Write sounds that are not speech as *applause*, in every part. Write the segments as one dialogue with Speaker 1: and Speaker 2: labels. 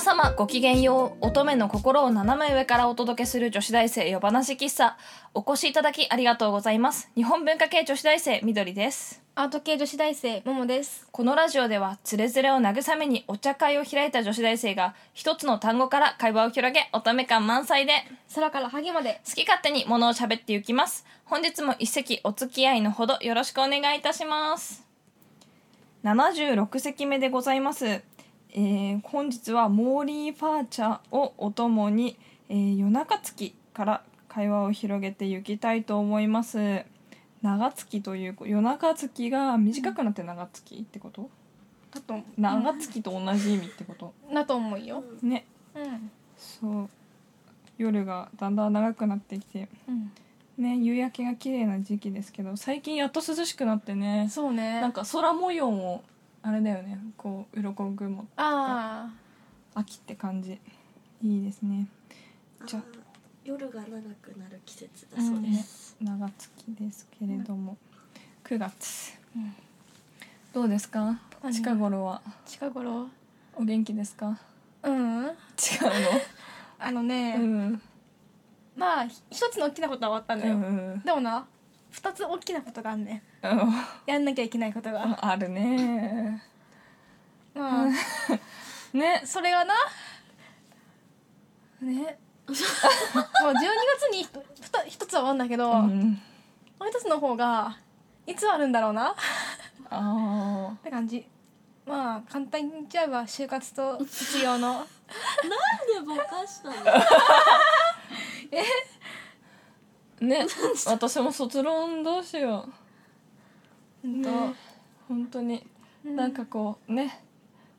Speaker 1: 様ごきげんよう乙女の心を斜め上からお届けする女子大生夜話喫茶お越しいただきありがとうございます日本文化系女子大生みどりです
Speaker 2: アート系女子大生ももです
Speaker 1: このラジオではつれづれを慰めにお茶会を開いた女子大生が一つの単語から会話を広げ乙女感満載で
Speaker 2: 空からハゲまで
Speaker 1: 好き勝手にものを喋っていきます本日も一席お付き合いのほどよろしくお願いいたします76席目でございます、えー本日はモーリー・ファーチャーをお供に、えー夜中月から会話を広げていきたいと思います長月という夜中月が短くなって長月ってこと
Speaker 2: だと思
Speaker 1: 長月と同じ意味ってこと
Speaker 2: うだと思うよ
Speaker 1: ね
Speaker 2: うん
Speaker 1: そう夜がだんだん長くなってきて
Speaker 2: うん
Speaker 1: ね夕焼けが綺麗な時期ですけど最近やっと涼しくなってね
Speaker 2: そうね
Speaker 1: なんか空模様もあれだよねこう鱗雲
Speaker 2: あ
Speaker 1: 秋って感じいいですねじゃあ
Speaker 3: あー夜が長くなる季節だそうで
Speaker 1: ね
Speaker 3: す、
Speaker 1: 長月ですけれども9月、
Speaker 2: うん
Speaker 1: どうですか
Speaker 2: 何
Speaker 1: 近頃は
Speaker 2: あ近頃
Speaker 1: お元気ですか
Speaker 2: うん
Speaker 1: 違う
Speaker 2: あのね、
Speaker 1: の *laughs* うん
Speaker 2: まあひ一つの大きなことは終わったん
Speaker 1: う
Speaker 2: だよ、
Speaker 1: ん
Speaker 2: でもな二つ大きなことがあんね
Speaker 1: あの
Speaker 2: んやんなきゃいけないことが
Speaker 1: あるね
Speaker 2: まあ
Speaker 1: ね
Speaker 2: それがな *laughs* ねもう12月にひとふた一つは終わんだけど、
Speaker 1: うん
Speaker 2: もう一つの方がいつあるんだろうな
Speaker 1: あ
Speaker 2: って感じまあ簡単に言っちゃえば就活と卒業
Speaker 1: *laughs*
Speaker 2: の
Speaker 3: なんでぼかしたの
Speaker 1: ーね私も卒論どうしよう
Speaker 2: うんと、
Speaker 1: ね本当に
Speaker 2: うん
Speaker 1: なんかこうね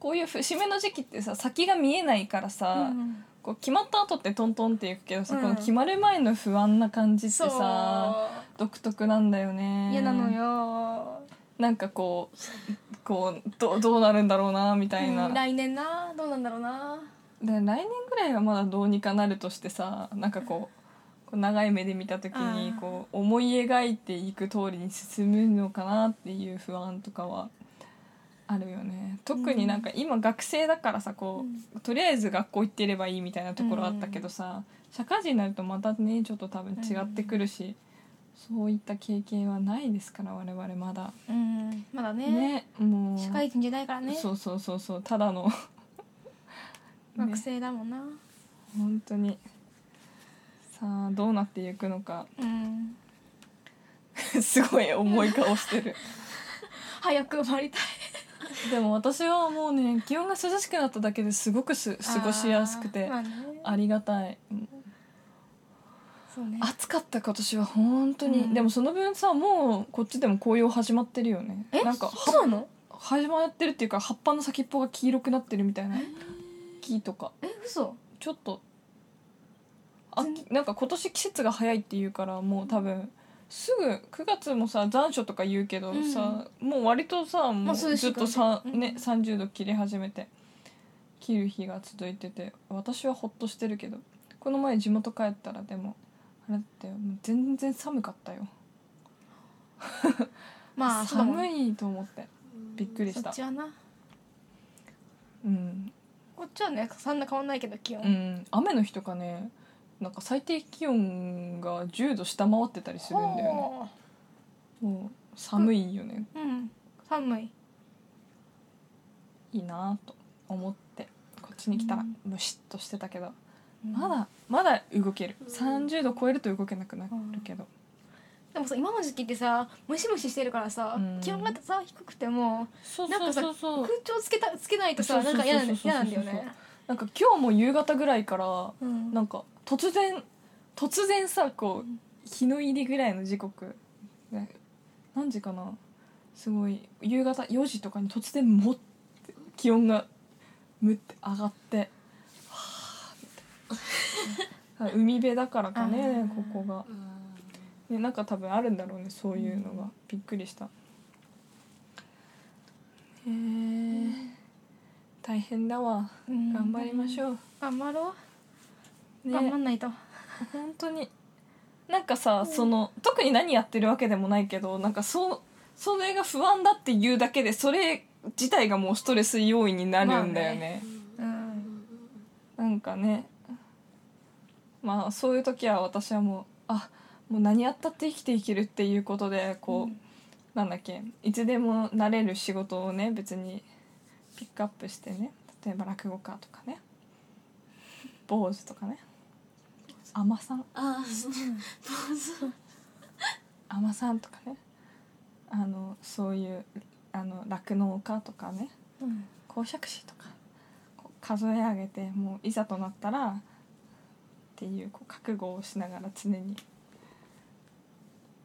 Speaker 1: こういう節目の時期ってさ先が見えないから
Speaker 2: う
Speaker 1: さ、
Speaker 2: ん
Speaker 1: こう決まった後ってトントンっていくけどさ、
Speaker 2: うん
Speaker 1: この決まる前の不安な感じって
Speaker 2: そう
Speaker 1: さ独特なんだよね
Speaker 2: 嫌なのよ、
Speaker 1: なんかこうこうどどうなるんだろうなみたいな、
Speaker 2: うん
Speaker 1: で
Speaker 2: 来年などうなんだろうな
Speaker 1: 来年ぐらいはまだどうにかなるとしてさなんかこうこう長い目で見た時に
Speaker 2: あー
Speaker 1: こう思い描いていく通りに進むのかなっていう不安とかはあるよね特になんか今学生だからさこう、とりあえず学校行ってればいいみたいなところあったけどさ、社会人になるとまたねちょっと多分違ってくるし、そういった経験はないですから我々まだ
Speaker 2: うんまだね
Speaker 1: ねもう
Speaker 2: 社会人じゃないからね
Speaker 1: そうそうそうそうただの
Speaker 2: 学生だもんな、
Speaker 1: 本当にさあどうなっていくのか *laughs*
Speaker 2: うん
Speaker 1: すごい重い顔してる
Speaker 2: 早く終わりたい
Speaker 1: *laughs* でも私はもうね気温が涼しくなっただけですごくす *laughs* 過ごしやすく
Speaker 2: あー
Speaker 1: て
Speaker 2: まあね
Speaker 1: ありがたい
Speaker 2: そうね
Speaker 1: 暑かった今年は本当に、
Speaker 2: うん
Speaker 1: でもその分さもうこっちでも紅葉始まってるよね
Speaker 2: え
Speaker 1: なんか
Speaker 2: そうなの
Speaker 1: 始まってるっていうか葉っぱの先っぽが黄色くなってるみたいな木とか
Speaker 2: え嘘
Speaker 1: ちょっとあなんか今年季節が早いっていうからもう多分すぐ9月もさ残暑とか言うけどさ、もう割とさもう
Speaker 2: 涼し
Speaker 1: ずっ
Speaker 2: い感
Speaker 1: と
Speaker 2: じ
Speaker 1: さ、
Speaker 2: うん
Speaker 1: ね、30度切り始めて切る日が続いてて私はほっとしてるけどこの前地元帰ったらでもあれだってもう全然寒かったよ
Speaker 2: まあそうだもん
Speaker 1: 寒いと思って *laughs* びっくりし
Speaker 2: そ
Speaker 1: た
Speaker 2: っちはな
Speaker 1: うん、
Speaker 2: こっちはねそんな変わんないけど気温、
Speaker 1: うん、雨の日とかねなんか最低気温が10度下回ってたりするんだよね
Speaker 2: ほ
Speaker 1: もう寒いよね、
Speaker 2: ううん寒い
Speaker 1: いいなと思ってこっちに来たらムシッとしてたけど、ま
Speaker 2: うん
Speaker 1: だまだ動ける、
Speaker 3: うん
Speaker 1: 30度超えると動けなくなるけど、
Speaker 2: でもさ今の時期ってさムシムシしてるからさ、
Speaker 1: うん
Speaker 2: 気温がさ低くても
Speaker 1: そう
Speaker 2: なんかさ
Speaker 1: そうそうそう
Speaker 2: 空調つけたつけないとさ
Speaker 1: そ
Speaker 2: な
Speaker 1: うんそう
Speaker 2: か
Speaker 1: そう
Speaker 2: 嫌な
Speaker 1: そうん
Speaker 2: だ嫌なんだよね
Speaker 1: なんか今日も夕方ぐらいから
Speaker 2: うん
Speaker 1: なんか突然突然さこう日の入りぐらいの時刻ね何時かなすごい夕方4時とかに突然もって気温がむって上がってはあ
Speaker 2: *laughs*
Speaker 1: みたいな海辺だからかね
Speaker 2: あー
Speaker 1: ここが
Speaker 3: う。ん
Speaker 1: ね、なんか多分あるんだろうねそういうのが、
Speaker 2: うん
Speaker 1: びっくりしたへえ、大変だわ
Speaker 2: うん
Speaker 1: 頑張りましょう、
Speaker 2: 頑張ろう、頑張
Speaker 1: ね
Speaker 2: んないと
Speaker 1: 本当になんかさ、その特に何やってるわけでもないけどなんかそうそれが不安だっていうだけでそれ自体がもうストレス要因になるんだよね,、
Speaker 2: うん
Speaker 3: うん
Speaker 1: なんかねまあそういう時は私はもうあもう何やったって生きていけるっていうことでこう、なんだっけいつでもなれる仕事をね別にピックアップしてね例えば落語家とかね坊主とかね海女さん
Speaker 3: ああそう坊主
Speaker 1: 海女さんとかねあのそういうあの酪農家とかね
Speaker 2: うん
Speaker 1: 公爵士とかこう数え上げてもういざとなったらっていうこう覚悟をしながら常に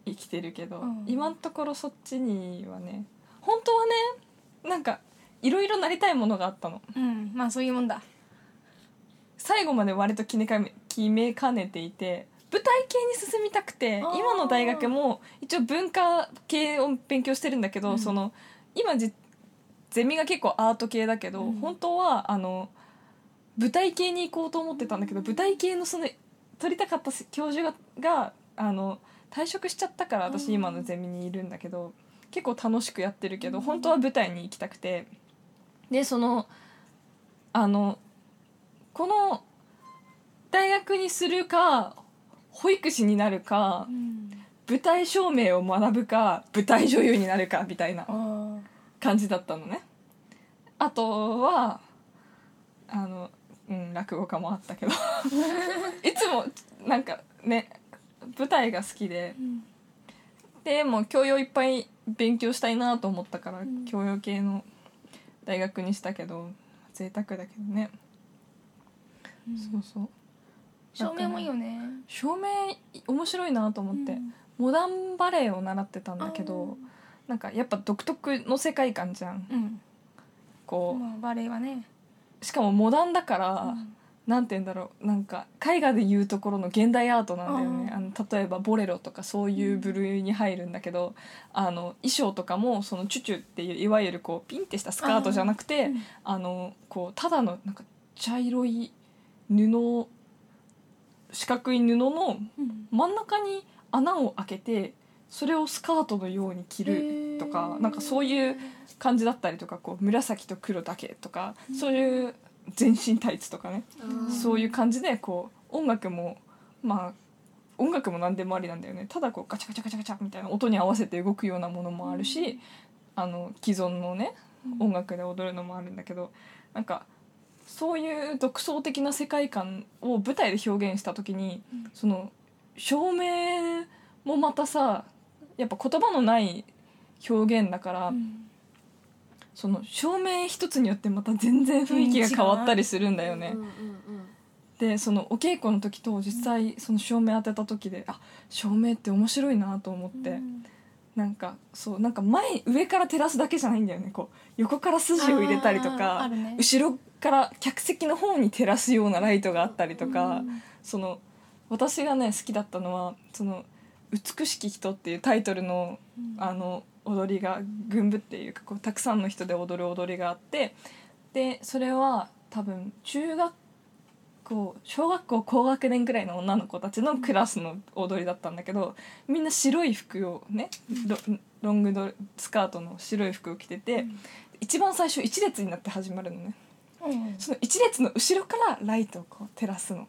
Speaker 1: 生きてるけど、
Speaker 2: うん
Speaker 1: 今のところそっちにはね本当はねなんかいろいろなりたいものがあったの
Speaker 2: うん、まあそういうもんだ
Speaker 1: 最後まで割と決めかね決めかねていて舞台系に進みたくて
Speaker 2: あー
Speaker 1: 今の大学も一応文化系を勉強してるんだけど、
Speaker 2: うん
Speaker 1: その今じゼミが結構アート系だけど、
Speaker 2: うん
Speaker 1: 本当はあの舞台系に行こうと思ってたんだけど舞台系のその取りたかった教授ががあの退職しちゃったから
Speaker 2: う
Speaker 1: 私
Speaker 2: ん
Speaker 1: 今のゼミにいるんだけど結構楽しくやってるけど本当は舞台に行きたくてでそのあのこの大学にするか保育士になるか
Speaker 2: うん
Speaker 1: 舞台照明を学ぶか舞台女優になるかみたいな
Speaker 2: あ
Speaker 1: 感じだったのねあとはあのうん落語家もあったけどいつもなんかね舞台が好きで
Speaker 2: うん
Speaker 1: でもう教養いっぱい勉強したいなと思ったから、
Speaker 2: ん
Speaker 1: 教養系の大学にしたけど贅沢だけどね、そうそう
Speaker 2: 照明もいいよね
Speaker 1: 照明面白いなと思って、モダンバレエを習ってたんだけどなんかやっぱ独特の世界観じゃん
Speaker 2: うん、
Speaker 1: こう、
Speaker 2: まあバレエはね
Speaker 1: しかもモダンだから、
Speaker 2: うん
Speaker 1: なんて言うんだろうなんか絵画でいうところの現代アートなんだよね
Speaker 2: あ
Speaker 1: あの例えばボレロとかそういう部類に入るんだけど、あの衣装とかもそのチュチュっていういわゆるこうピンってしたスカートじゃなくてあ,、
Speaker 2: うん
Speaker 1: のこうただのなんか茶色い布を四角い布の
Speaker 2: うん
Speaker 1: 真ん中に穴を開けてそれをスカートのように着るとか
Speaker 2: へー
Speaker 1: なんかそういう感じだったりとかこう紫と黒だけとかそういう全身タイツとかね
Speaker 3: あー
Speaker 1: そういう感じでこう音楽もまあ音楽も何でもありなんだよねただこうガチャガチャガチャガチャみたいな音に合わせて動くようなものもあるしあの既存のね音楽で踊るのもあるんだけどなんかそういう独創的な世界観を舞台で表現した時に
Speaker 2: うん
Speaker 1: その照明もまたさやっぱ言葉のない表現だから、
Speaker 2: うん
Speaker 1: その照明一つによってまた全然雰囲気が変わったりするんだよね。
Speaker 3: うんうんうん
Speaker 1: でそのお稽古の時と実際その照明当てた時であ照明って面白いなと思って、
Speaker 2: うん
Speaker 1: なんかそうなんか前上から照らすだけじゃないんだよねこう横から筋を入れたりと
Speaker 2: あーあ
Speaker 1: か、
Speaker 2: るね
Speaker 1: 後ろから客席の方に照らすようなライトがあったりとか、
Speaker 2: うん
Speaker 1: その私がね好きだったのは「その美しき人」っていうタイトルの
Speaker 2: うん
Speaker 1: あの踊りが群舞っていうかこうたくさんの人で踊る踊りがあってでそれは多分中学校小学校高学年くらいの女の子たちのクラスの踊りだったんだけどみんな白い服をねロロングドレスカートの白い服を着てて、一番最初一列になって始まるのね
Speaker 2: うん
Speaker 1: その一列の後ろからライトをこう照らすの。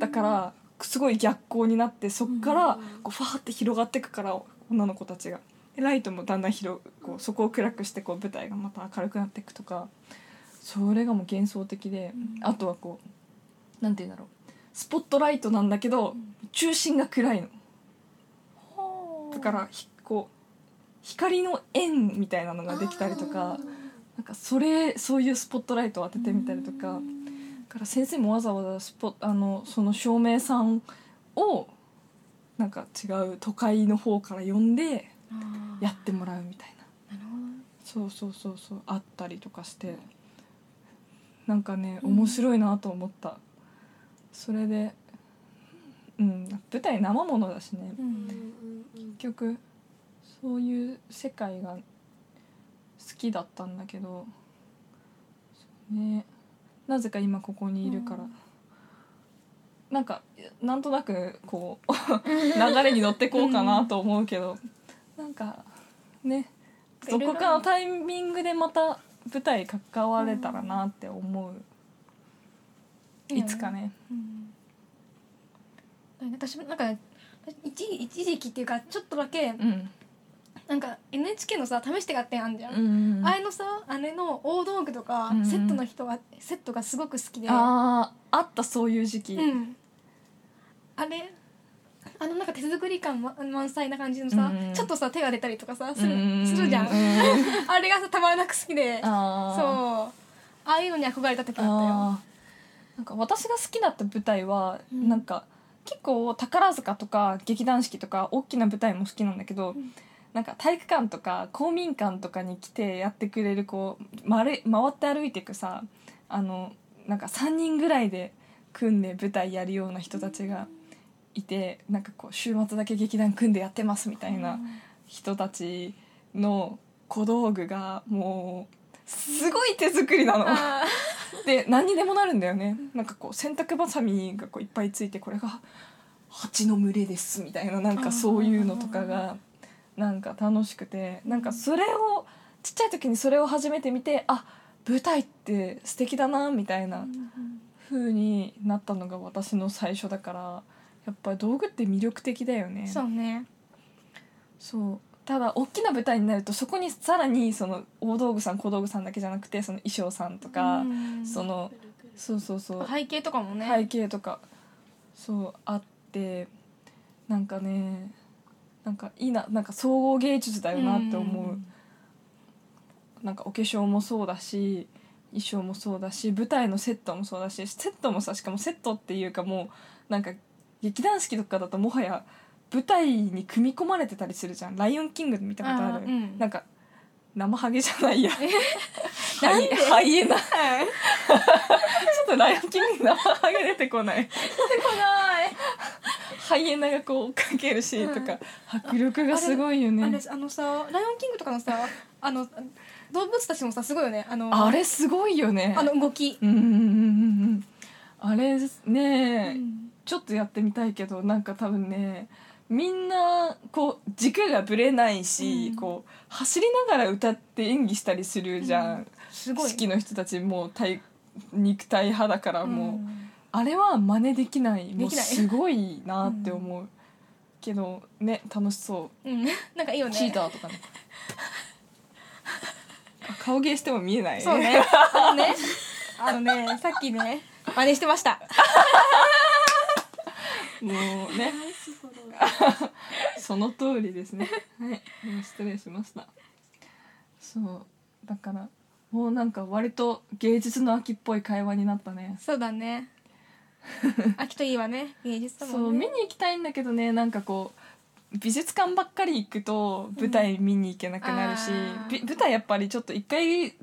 Speaker 1: だからすごい逆光になってそっからこうファーって広がってくから女の子たちがでライトもだんだん広こうそこを暗くしてこう舞台がまた明るくなっていくとかそれがもう幻想的で、あとはこうなんて言うんだろうスポットライトなんだけど、中心が暗いの
Speaker 2: ほう
Speaker 1: だからひこう光の円みたいなのができたりと
Speaker 3: あ
Speaker 1: か
Speaker 3: ー
Speaker 1: なんかそれそういうスポットライトを当ててみたりとか。
Speaker 2: うん
Speaker 1: だから先生もわざわざスポあのその照明さんをなんか違う都会の方から呼んで
Speaker 2: あー
Speaker 1: やってもらうみたいな
Speaker 2: なるほど
Speaker 1: そうそうそうそうあったりとかしてなんかね面白いなと思った、それでうん舞台生ものだしね
Speaker 2: う
Speaker 3: うんうん
Speaker 2: ん
Speaker 3: うん
Speaker 1: 結局そういう世界が好きだったんだけどそうねなぜか今ここにいるから、
Speaker 2: うん
Speaker 1: なんかなんとなくこ
Speaker 2: *laughs*
Speaker 1: う流れに乗ってこうかなと思うけど、なんかねどこかのタイミングでまた舞台関われたらなって思ういつかね
Speaker 2: うんなんか私もなんか一時一時期っていうかちょっとだけ
Speaker 1: うん
Speaker 2: なんか NHK のさ試して買ってあんじゃん、
Speaker 1: うん
Speaker 2: あ
Speaker 1: あ
Speaker 2: れのさ姉の大道具とか、
Speaker 1: うんうん
Speaker 2: セットの人がセットがすごく好きで
Speaker 1: あーあったそういう時期
Speaker 2: うん、あれあのなんか手作り感ま満載な感じのさ、
Speaker 1: うんうん
Speaker 2: ちょっとさ手が出たりとかさす
Speaker 1: う
Speaker 2: る,、
Speaker 1: ん
Speaker 2: するじゃん、
Speaker 1: う
Speaker 2: あれがさたまらなく好きで *laughs* そう
Speaker 1: あー
Speaker 2: ああいうのに憧れた時だったよ
Speaker 1: あーなんか私が好きだった舞台は、
Speaker 2: うん
Speaker 1: なんか結構宝塚とか劇団四季とか大きな舞台も好きなんだけど、なんか体育館とか公民館とかに来てやってくれるこう回れ回って歩いていくさあのなんか3人ぐらいで組んで舞台やるような人たちがいて、なんかこう週末だけ劇団組んでやってますみたいな。人たちの小道具がもうすごい手作りなの。
Speaker 2: あ
Speaker 1: *laughs* で何にでもなるんだよねなんかこう洗濯ばさみがこういっぱいついてこれが蜂の群れですみたいななんかそういうのとかがなんか楽しくてなんかそれをちっちゃい時にそれを初めて見てあ舞台って素敵だなみたい
Speaker 2: ー
Speaker 1: な風になったのが私の最初だからやっぱり道具って魅力的だよね。
Speaker 2: そうね
Speaker 1: そうただ大きな舞台になるとそこにさらにその大道具さん小道具さんだけじゃなくてその衣装さんとか、
Speaker 2: うん
Speaker 1: その
Speaker 3: くるくる
Speaker 1: そうそうそう
Speaker 2: 背景とかもね、
Speaker 1: 背景とかそうあってなんかねなんかいいななんか総合芸術だよなって思う、
Speaker 2: うん
Speaker 1: なんかお化粧もそうだし衣装もそうだし舞台のセットもそうだしセットもさしかもセットっていうかもうなんか劇団四季とかだともはや舞台に組み込まれてたりするじゃん「ライオンキング」見たことある
Speaker 2: あーうん
Speaker 1: なんか生ハゲじゃないやハイハイエナちょっと「ライオンキング」生ハゲ出てこない
Speaker 2: 来ない
Speaker 1: ハイエナがこうかけるシーンとか、迫力が
Speaker 2: あ
Speaker 1: すごいよ *laughs* ね。あ
Speaker 2: あ
Speaker 1: れ
Speaker 2: れあのさ「ライオンキング」とかのさあの動物たちもさすごいよねあの
Speaker 1: すごいよね。
Speaker 2: あの動き、
Speaker 1: うんうんうんうんうん。あれねえ、
Speaker 2: うん
Speaker 1: ちょっとやってみたいけどなんか多分ねみんなこう軸がぶれないし、
Speaker 2: うん
Speaker 1: こう走りながら歌って演技したりするじゃん。
Speaker 2: すご
Speaker 1: 好
Speaker 2: い
Speaker 1: きの人たちもう体肉体派だからもう。
Speaker 2: ん
Speaker 1: あれは真似できないもう
Speaker 2: できない
Speaker 1: すごいなって思う、
Speaker 2: *laughs*
Speaker 1: けどね楽しそう。
Speaker 2: うん、 *laughs* なんかいいよね。
Speaker 1: チーターとかね。 *laughs* あ顔芸しても見えない、
Speaker 2: そうね。あのね、あのね、さっきね、真似してました。
Speaker 1: もうね、
Speaker 3: 返すほど
Speaker 1: その通りですね。はい、もう失礼しました。そう、だから、もうなんか割と芸術の秋っぽい会話になったね。
Speaker 2: そうだね。秋といいわね、芸術だ
Speaker 1: そ
Speaker 2: も
Speaker 1: う、
Speaker 2: ん
Speaker 1: 見
Speaker 2: ね。
Speaker 1: に行きたいんだけどね、なんかこう。美術館ばっかり行くと舞台見に行けなくなるし、
Speaker 2: あー
Speaker 1: び舞台やっぱりちょっと一回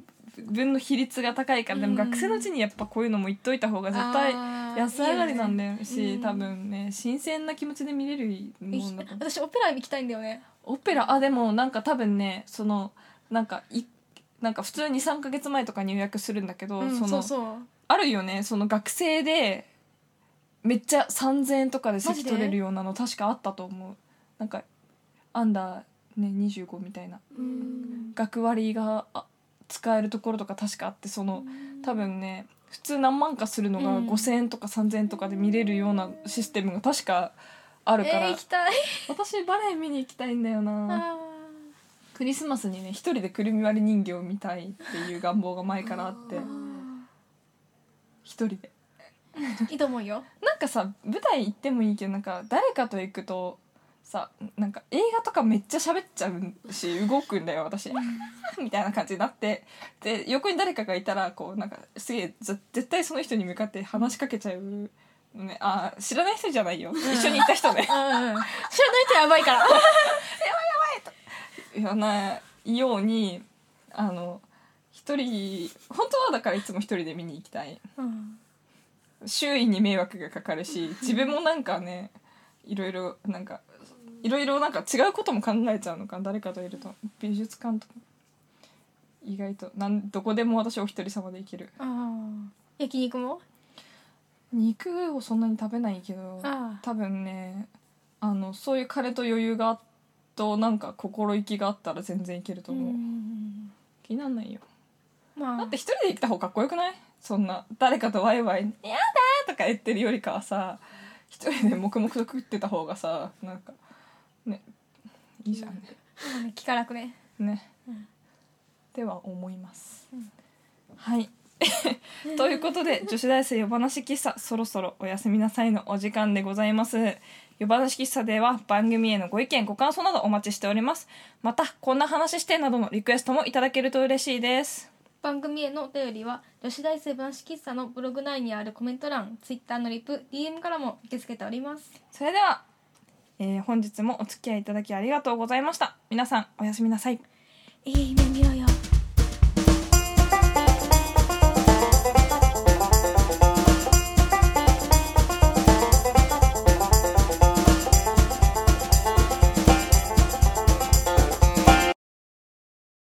Speaker 1: 分の比率が高いから、でも学生のうちにやっぱこういうのも言っといた方が絶対
Speaker 2: あー
Speaker 1: 安上がりなんだよし
Speaker 2: うん
Speaker 1: 多分ね新鮮な気持ちで見れる
Speaker 2: いい
Speaker 1: も
Speaker 2: よ
Speaker 1: んだ
Speaker 2: ね
Speaker 1: と思う
Speaker 2: 私オペラ行きたいんだよね。
Speaker 1: オペラあでもなんか多分ねそのなんかいなんか普通に3ヶ月前とかに予約するんだけど、
Speaker 2: うん、
Speaker 1: その
Speaker 2: そうそう。
Speaker 1: あるよねその学生でめっちゃ3,000円とかで
Speaker 2: マ
Speaker 1: 席
Speaker 2: ジで
Speaker 1: 取れるようなの確かあったと思うなんかアンダー、ね、25みたいな
Speaker 3: うん
Speaker 1: 学割があ使えるところとか確かあってその多分ね普通何万かするのが
Speaker 2: うん
Speaker 1: 5,000円とか3,000円とかで見れるようなシステムが確かある
Speaker 2: え
Speaker 1: から、
Speaker 2: ー、行きたい。
Speaker 1: 私バレエ見に行きたいんだよな
Speaker 2: あ
Speaker 1: クリスマスにね一人でくるみ割り人形を見たいっていう願望が前からあって
Speaker 3: あー
Speaker 1: 一人で
Speaker 2: ーいいと思うよ。
Speaker 1: なんかさ舞台行ってもいいけどなんか誰かと行くとさなんか映画とかめっちゃ喋っちゃうし動くんだよ私 *laughs* みたいな感じになってで横に誰かがいたらこうなんかすげえぜ絶対その人に向かって話しかけちゃう、ね、あー知らない人じゃないよ一緒にいた人ね *laughs*
Speaker 2: うん、うん。知らないとやばいから。
Speaker 1: 言わないようにあの一人本当はだからいつも一人で見に行きたい
Speaker 2: うん
Speaker 1: 周囲に迷惑がかかるし自分もなんかねいろいろなんかいろいろなんか違うことも考えちゃうのか誰かといると美術館とか意外となんどこでも私お一人様で行ける
Speaker 2: あー焼肉も。
Speaker 1: 肉をそんなに食べないけど
Speaker 2: あー
Speaker 1: 多分ねあのそういう彼と余裕があっとなんか心意気があったら全然いけると思う、
Speaker 2: ん
Speaker 1: 気になんないよ
Speaker 2: まあ。
Speaker 1: だって一人で行った方がかっこよくないそんな誰かとワイワイ「やだーとか言ってるよりかはさ一人で黙々と食ってた方がさなんかねいいじゃんね。
Speaker 2: そうね気が楽ね
Speaker 1: ね、
Speaker 2: うん
Speaker 1: では思います。
Speaker 2: うん
Speaker 1: はい。 *laughs* ということで女子大生夜話喫茶そろそろおやすみなさいのお時間でございます。夜話喫茶では番組へのご意見ご感想などお待ちしております。またこんな話してなどのリクエストもいただけると嬉しいです。
Speaker 2: 番組へのお便りは女子大生話喫茶のブログ内にあるコメント欄ツイッターのリプ DM からも受け付けております
Speaker 1: それでは、えー本日もお付き合いいただきありがとうございました。皆さんおやすみなさい。
Speaker 2: いい夢見ろよ